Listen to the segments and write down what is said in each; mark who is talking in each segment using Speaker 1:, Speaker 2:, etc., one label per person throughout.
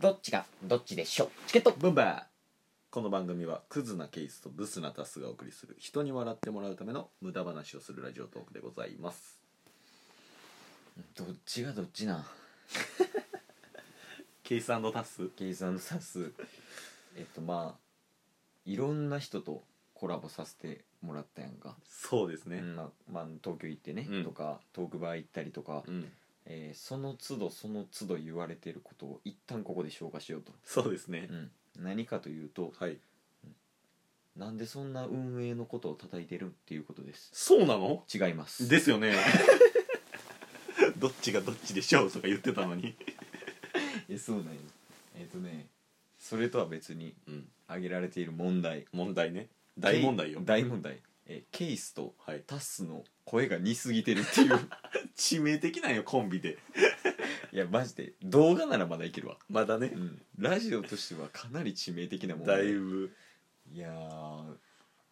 Speaker 1: どっちがどっちでしょうチケット
Speaker 2: ブンバーこの番組はクズなケースとブスなタスがお送りする人に笑ってもらうための無駄話をするラジオトークでございます
Speaker 1: どっちがどっちな
Speaker 2: ケースタス
Speaker 1: 計算さすえっとまあいろんな人とコラボさせてもらったやんか、
Speaker 2: そうですね
Speaker 1: まあまあ、東京行ってね、
Speaker 2: うん
Speaker 1: とかトークバー行ったりとか、
Speaker 2: うん、
Speaker 1: えーその都度その都度言われてることを一旦ここで消化しようと、
Speaker 2: そうですね、
Speaker 1: 何かというと
Speaker 2: はい
Speaker 1: なんでそんな運営のことを叩いてるっていうことです
Speaker 2: そうなの
Speaker 1: 違います
Speaker 2: ですよ ねどっちがどっちでしょうとか言ってたのに
Speaker 1: えそうなんよえっ、とねそれとは別に
Speaker 2: うん
Speaker 1: 挙げられている問題
Speaker 2: 問題ね大問題よ
Speaker 1: 大問題えケイスと
Speaker 2: はい
Speaker 1: タスの声が似すぎてるって いう
Speaker 2: 致命的なんよコンビで
Speaker 1: いやマジで動画ならまだいけるわ、
Speaker 2: まだね
Speaker 1: うん、ラジオとしてはかなり致命的なもん
Speaker 2: だいぶ
Speaker 1: いやー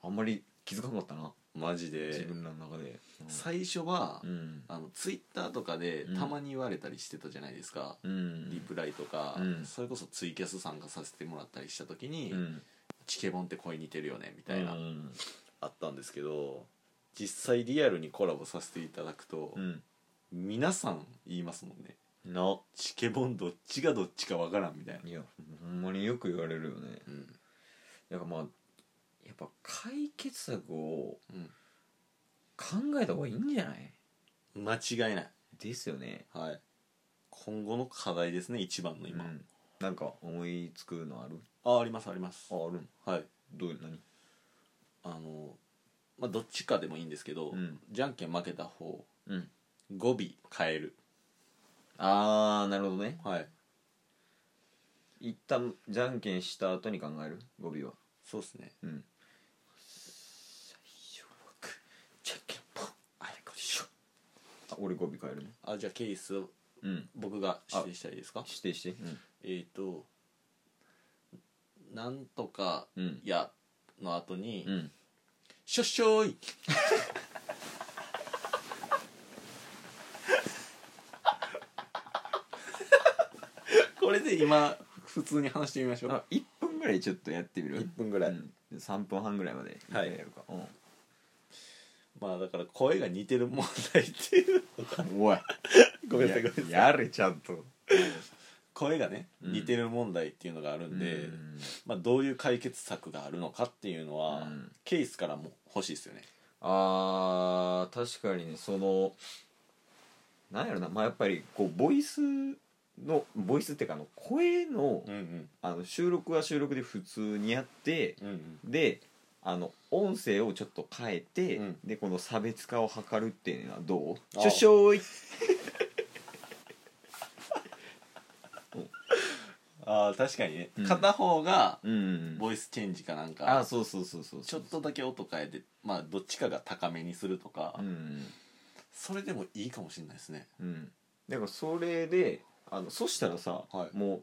Speaker 1: あんまり気づかなかったな、
Speaker 2: マジ
Speaker 1: 自
Speaker 2: で
Speaker 1: 分らの中で、うん
Speaker 2: 最初は、
Speaker 1: うん
Speaker 2: あのツイッターとかで
Speaker 1: うん
Speaker 2: たまに言われたりしてたじゃないですか、
Speaker 1: うん
Speaker 2: リプライとか、
Speaker 1: うん
Speaker 2: それこそツイキャス参加させてもらったりした時に「
Speaker 1: うん
Speaker 2: チケボンって声似てるよね」みた
Speaker 1: う
Speaker 2: いな、
Speaker 1: ん
Speaker 2: あったんですけど実際リアルにコラボさせていただくと、
Speaker 1: うん
Speaker 2: 皆さん言いますもんね
Speaker 1: な
Speaker 2: 「チケボンどっちがどっちかわからん」みたいな、
Speaker 1: いやほんまによく言われるよね
Speaker 2: うん
Speaker 1: だからまあやっぱ解決策を
Speaker 2: うん
Speaker 1: 考えた方がいいんじゃない
Speaker 2: 間違いない
Speaker 1: ですよね
Speaker 2: はい今後の課題ですね一番の今、
Speaker 1: うんなんか思いつくのある
Speaker 2: あありますあります
Speaker 1: ああるん
Speaker 2: はい
Speaker 1: どういう何
Speaker 2: あのまあどっちかでもいいんですけど、
Speaker 1: うん
Speaker 2: じゃんけん負けた方
Speaker 1: うん
Speaker 2: 語尾変える
Speaker 1: ああなるほどね
Speaker 2: はい
Speaker 1: 一旦じゃんけんした後に考える語尾は
Speaker 2: そうですね
Speaker 1: うん最初はグーじゃんけんぽんあれこれしょあ俺語尾変えるね
Speaker 2: あじゃあケースを
Speaker 1: うん
Speaker 2: 僕が指定したらいいですか
Speaker 1: 指定して
Speaker 2: えっ、と「なんとか
Speaker 1: うんうん
Speaker 2: や」の後に
Speaker 1: う
Speaker 2: 「
Speaker 1: ん
Speaker 2: しょっしょーいこれで今普通に話してみましょう
Speaker 1: あ1分ぐらいちょっとやってみる
Speaker 2: 1分ぐらい、
Speaker 1: うん、3分半ぐらいまで一回やるか、
Speaker 2: まあだから声が似てる問題っていう
Speaker 1: うん、 おい
Speaker 2: ごめんなさいごめんなさい
Speaker 1: ややれちゃんと
Speaker 2: 声がね、
Speaker 1: うん
Speaker 2: 似てる問題っていうのがあるんで、
Speaker 1: うん
Speaker 2: まあ、どういう解決策があるのかっていうのは、
Speaker 1: うん
Speaker 2: ケースからも欲しいですよね
Speaker 1: あー確かにねそのなんやろなまあやっぱりこうボイスのボイスっていうかあの声の,、
Speaker 2: ん
Speaker 1: あの収録は収録で普通にやって
Speaker 2: うんうん
Speaker 1: であの音声をちょっと変えて、
Speaker 2: うん
Speaker 1: でこの差別化を図るっていうのはどう
Speaker 2: あ
Speaker 1: ちょしょーい
Speaker 2: ああ確かにね、
Speaker 1: うん
Speaker 2: 片方が
Speaker 1: うんうん
Speaker 2: ボイスチェンジかなん
Speaker 1: あ
Speaker 2: か、
Speaker 1: そうそうそうそう
Speaker 2: ちょっとだけ音変えてまあどっちかが高めにするとか、
Speaker 1: うん
Speaker 2: それでもいいかもしれないですね
Speaker 1: うんうんだからそれであのそしたらさ、
Speaker 2: はい
Speaker 1: もう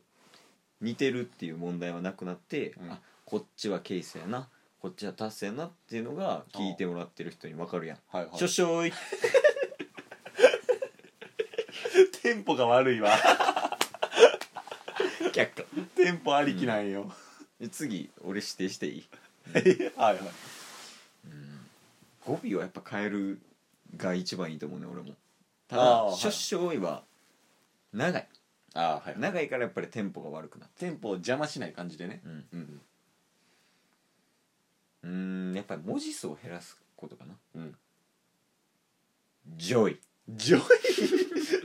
Speaker 1: 似てるっていう問題はなくなって、
Speaker 2: うん
Speaker 1: あこっちはケイスやなこっちはタスやなっていうのが聞いてもらってる人に分かるやん
Speaker 2: はいは
Speaker 1: しょしょい
Speaker 2: テンポが悪いわ
Speaker 1: 却下
Speaker 2: テンポありきなんよ、
Speaker 1: で次俺指定していい
Speaker 2: はいはい
Speaker 1: 語尾はやっぱ変えるが一番いいと思うね俺もた
Speaker 2: あ
Speaker 1: だ
Speaker 2: ー
Speaker 1: しょしょいは長い
Speaker 2: あーはい
Speaker 1: 長いからやっぱりテンポが悪くなる
Speaker 2: テンポを邪魔しない感じでね
Speaker 1: うん
Speaker 2: うん
Speaker 1: うーんやっぱり文字数を減らすことかな
Speaker 2: うん
Speaker 1: ジョイ
Speaker 2: ジョイ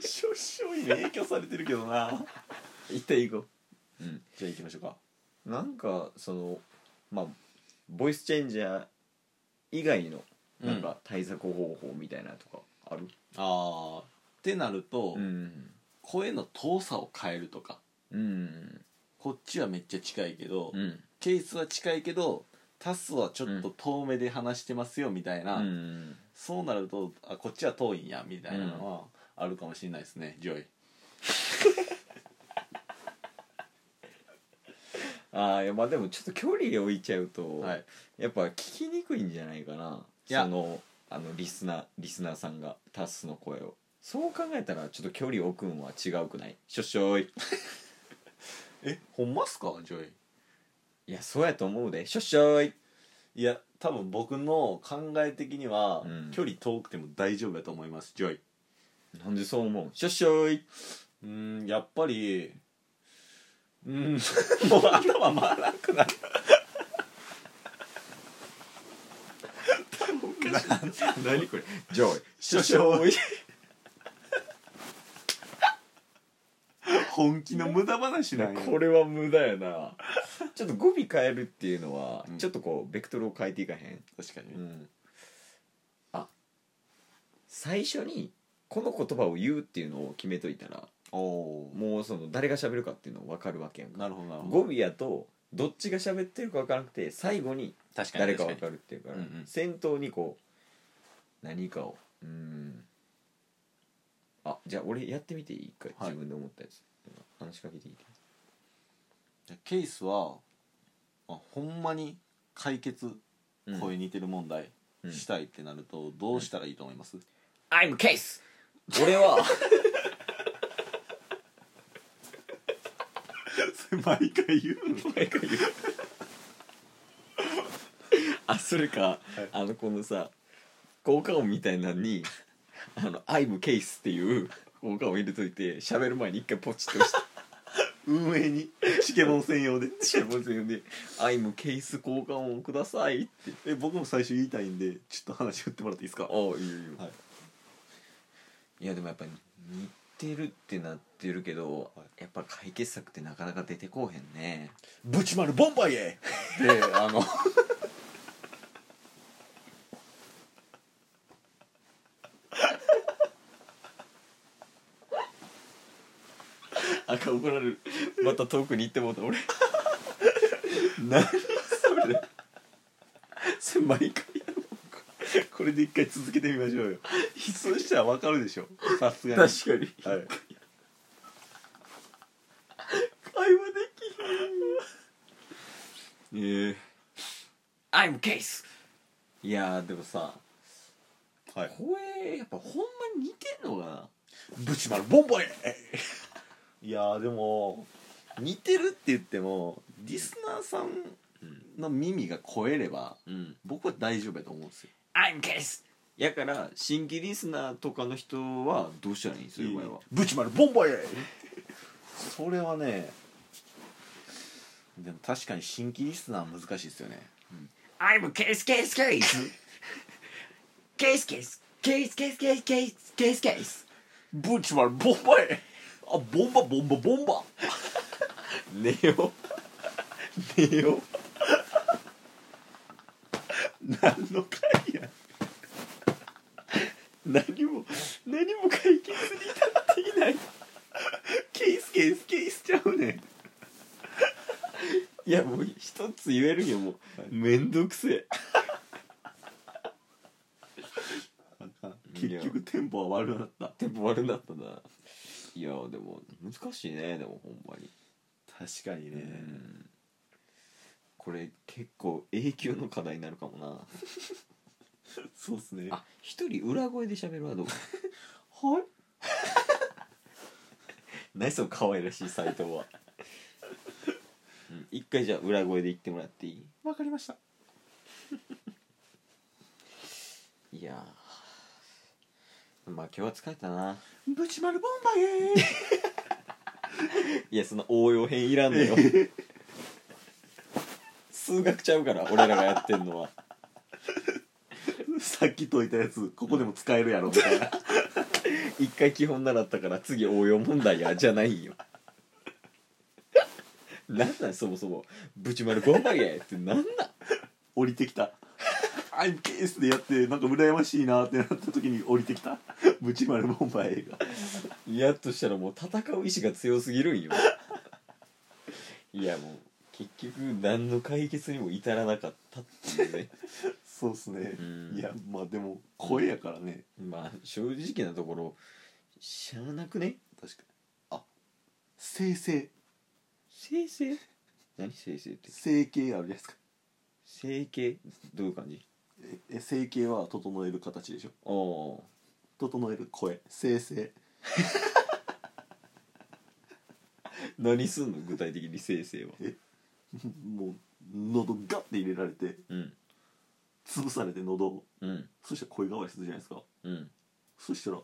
Speaker 2: しょっしょいに影響されてるけどな
Speaker 1: 一体行こううん
Speaker 2: じゃあ行きましょうか
Speaker 1: なんかそのまあボイスチェンジャー以外のなん
Speaker 2: う
Speaker 1: か対策方法みたいなとかある、
Speaker 2: ああってなると、
Speaker 1: ん
Speaker 2: 声の遠さを変えるとか
Speaker 1: うん
Speaker 2: こっちはめっちゃ近いけど、
Speaker 1: うん
Speaker 2: ケースは近いけどタスはちょっと遠目で話してますよみたいな、
Speaker 1: うん
Speaker 2: そうなるとあこっちは遠いんやみたいなのはあるかもしれないですねジョイ
Speaker 1: ああいやまあでもちょっと距離置いちゃうと、
Speaker 2: はい
Speaker 1: やっぱ聞きにくいんじゃないかない
Speaker 2: や
Speaker 1: そのあのリスナーリスナーさんがタスの声をそう考えたらちょっと距離置くんは違うくないしょっしょい
Speaker 2: えほんますかジョイ
Speaker 1: いやそうやと思うでしょっしょい
Speaker 2: いや多分僕の考え的には、
Speaker 1: うん
Speaker 2: 距離遠くても大丈夫だと思いますジョイ
Speaker 1: なんでそう思うしょっしょいう
Speaker 2: ーんやっぱりうーん もう頭回らなくなった
Speaker 1: 何これジョイ
Speaker 2: しょっしょ
Speaker 1: い
Speaker 2: 本気の無駄話なんや
Speaker 1: これは無駄やなちょっと語尾変えるっていうのは、
Speaker 2: うん
Speaker 1: ちょっとこうベクトルを変えていかへん
Speaker 2: 確かに、
Speaker 1: うんあ最初にこの言葉を言うっていうのを決めといたら
Speaker 2: おお
Speaker 1: もうその誰が喋るかっていうの分かるわけやんか
Speaker 2: なるほどなるほ
Speaker 1: 語
Speaker 2: ど
Speaker 1: 尾やとどっちが喋ってるか分からなくて最後に
Speaker 2: 確
Speaker 1: 誰か分
Speaker 2: 確
Speaker 1: か
Speaker 2: に
Speaker 1: るっていうから
Speaker 2: うんうん
Speaker 1: 先頭にこう何かをうんあじゃあ俺やってみていい一回、
Speaker 2: はい
Speaker 1: 自分で思ったやつ話しかけていい
Speaker 2: じゃあケースはあほんまに解決
Speaker 1: うん
Speaker 2: 声似てる問題
Speaker 1: うん
Speaker 2: したいってなるとどうしたらいいと思います、
Speaker 1: I'm Case 俺は
Speaker 2: 毎回言うの
Speaker 1: あそれか、
Speaker 2: い
Speaker 1: あのこのさ効果音みたいなのに「あの I'm Case」っていう効果音入れといて喋る前に一回ポチッと押して
Speaker 2: 運営 にチケモン専用で
Speaker 1: シェボゼンで「I'm ケース交換音ください」って
Speaker 2: え僕も最初言いたいんでちょっと話振ってもらっていいですか
Speaker 1: ああいいよいいよ、、
Speaker 2: はい
Speaker 1: やでもやっぱり似てるってなってるけど、
Speaker 2: はい
Speaker 1: やっぱ解決策ってなかなか出てこうへんね
Speaker 2: ぶちまるボンバイエであ の
Speaker 1: あか怒られるまた遠くに行ってもう た俺何それそれ毎回やろ
Speaker 2: これで一回続けてみまし ょうよそうしたらわかるでしょさすがに
Speaker 1: 確かに
Speaker 2: はい、はい
Speaker 1: 会話できへんええ I'm ケースいやーでもさ声やっぱほんまに似てんのかな
Speaker 2: ぶちまるボンバイエいやーでも似てるって言ってもリスナーさんの耳が超えれば
Speaker 1: うん
Speaker 2: 僕は大丈夫やと思うんですよ
Speaker 1: I'm Case やから新規リスナーとかの人はどうしたらいいんそういう場合は
Speaker 2: ぶちまるボンバイエそれはねでも確かに新規リスナーは難しいですよね
Speaker 1: I'm Case Case Case Case Case Case Case Case Case Case Case
Speaker 2: ぶちまるボンバイエあボンバボンバボンバ
Speaker 1: ネオ
Speaker 2: 寝よう何の回や何も何も解決に至っていない ケースケースケースちゃうねん
Speaker 1: いやもう一つ言えるよも
Speaker 2: はいう
Speaker 1: めんどくせ
Speaker 2: 結局テンポは悪くなった
Speaker 1: えテンポ悪なったないやでも難しいねでもほんまに
Speaker 2: 確かに
Speaker 1: うんこれ結構永久の課題になるかもな
Speaker 2: そうっすね
Speaker 1: あ一人裏声で喋るはどう
Speaker 2: はい
Speaker 1: 何その可愛らしい斎藤は、うん、一回じゃあ裏声で言ってもらってい
Speaker 2: わかりました
Speaker 1: いいやーまあ今日は疲れたな
Speaker 2: ぶちまるボンバイエー
Speaker 1: いやその応用編いらんの よ数学ちゃうから俺らがやってんのは
Speaker 2: さっき解いたやつここでも使えるやろみたいな
Speaker 1: 一回基本習ったから次応用問題やじゃないんよなんなんそもそも「ぶちまるボンバゲー」ってなんなん
Speaker 2: 降りてきたアイケースでやってなんか羨ましいなってなった時に降りてきたぶちまるボンバイエーが
Speaker 1: やっとしたらもう戦う意志が強すぎるんよいやもう結局何の解決にも至らなかったっていうね
Speaker 2: そうっすね
Speaker 1: うん
Speaker 2: いやまあでも声やからね
Speaker 1: まあ正直なところしゃあなくね
Speaker 2: 確かにあ生成
Speaker 1: 生成何生成って
Speaker 2: 整形あるじゃないですか
Speaker 1: 整形どういう感じ
Speaker 2: ええ整形は整える形でし
Speaker 1: あ
Speaker 2: ょ
Speaker 1: あ
Speaker 2: 整える声生成
Speaker 1: 何すんの具体的に生成は
Speaker 2: もう喉ガッて入れられて
Speaker 1: うん
Speaker 2: 潰されて喉を
Speaker 1: うん
Speaker 2: そしたら声変わりするじゃないですか
Speaker 1: うん
Speaker 2: そしたら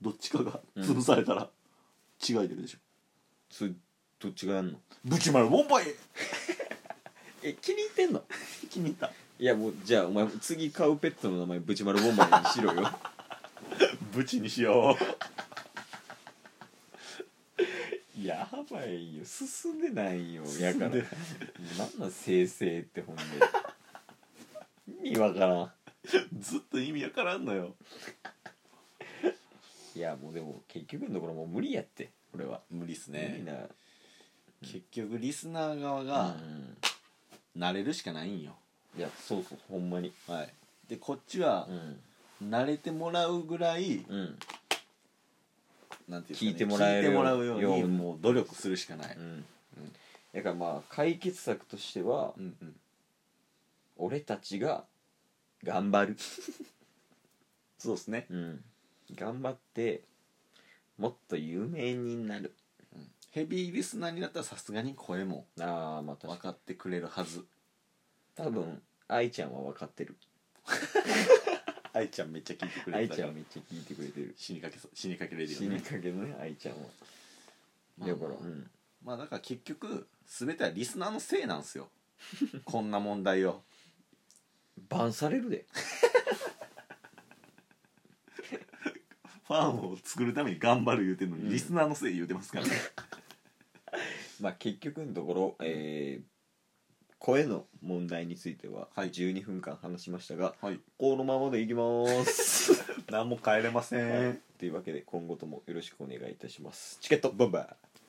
Speaker 2: どっちかが潰されたら違い出るでしょ
Speaker 1: それどっちがやんの
Speaker 2: 「ぶちまるボンバイ!
Speaker 1: え気に入ってんの」
Speaker 2: 気に入った
Speaker 1: いやもうじゃあお前次買うペットの名前ぶちまるボンバーにしろよ
Speaker 2: ブチにしよ
Speaker 1: やばいよ進んでないよ
Speaker 2: う
Speaker 1: やから
Speaker 2: で
Speaker 1: なんなん生成ってほんで意味わからん
Speaker 2: ずっと意味わからんのよ
Speaker 1: いやもうでも結局のところもう無理やって俺は
Speaker 2: 無理っす
Speaker 1: 無理な
Speaker 2: 結局リスナー側
Speaker 1: あ
Speaker 2: が慣れるしかないんよ、
Speaker 1: いやそうそうほんまに
Speaker 2: はいでこっちは
Speaker 1: うん
Speaker 2: 慣れてもらうぐらい、
Speaker 1: うん
Speaker 2: なんていう
Speaker 1: 聞いてもらえるよ
Speaker 2: 聞いて
Speaker 1: う
Speaker 2: もらうよう
Speaker 1: よ
Speaker 2: に
Speaker 1: う
Speaker 2: もう努力するしかない、
Speaker 1: うんだからまあ解決策としては
Speaker 2: うんうん
Speaker 1: 俺たちが頑張る
Speaker 2: そうですね
Speaker 1: うん頑張ってもっと有名になる
Speaker 2: ヘビーリスナーになったらさすがに声も
Speaker 1: ああまあ
Speaker 2: 分
Speaker 1: 確か
Speaker 2: かってくれるはず
Speaker 1: 多分愛ちゃんは分かってる
Speaker 2: 愛ちゃんめっちゃ聞いてくれ
Speaker 1: 愛
Speaker 2: て
Speaker 1: ち
Speaker 2: た
Speaker 1: ゃんはめっちゃ聞いてくれてる
Speaker 2: 死にかけそ死にかけレディ
Speaker 1: 死
Speaker 2: オ
Speaker 1: に
Speaker 2: ね
Speaker 1: かけのね愛ちゃんは
Speaker 2: まあ
Speaker 1: だか
Speaker 2: ま
Speaker 1: ら
Speaker 2: あ
Speaker 1: うん
Speaker 2: まあだから結局全てはリスナーのせいなんですよこんな問題を
Speaker 1: バンされるで
Speaker 2: ファンを作るために頑張る言うてんのに、
Speaker 1: うん
Speaker 2: リスナーのせい言うてますからね
Speaker 1: まあ結局のところ、えー声の問題については
Speaker 2: はい
Speaker 1: 12分間話しましたが、
Speaker 2: はい
Speaker 1: このままでいき ます、
Speaker 2: 何も変えれません
Speaker 1: というわけで今後ともよろしくお願いいたしますチケットバンバー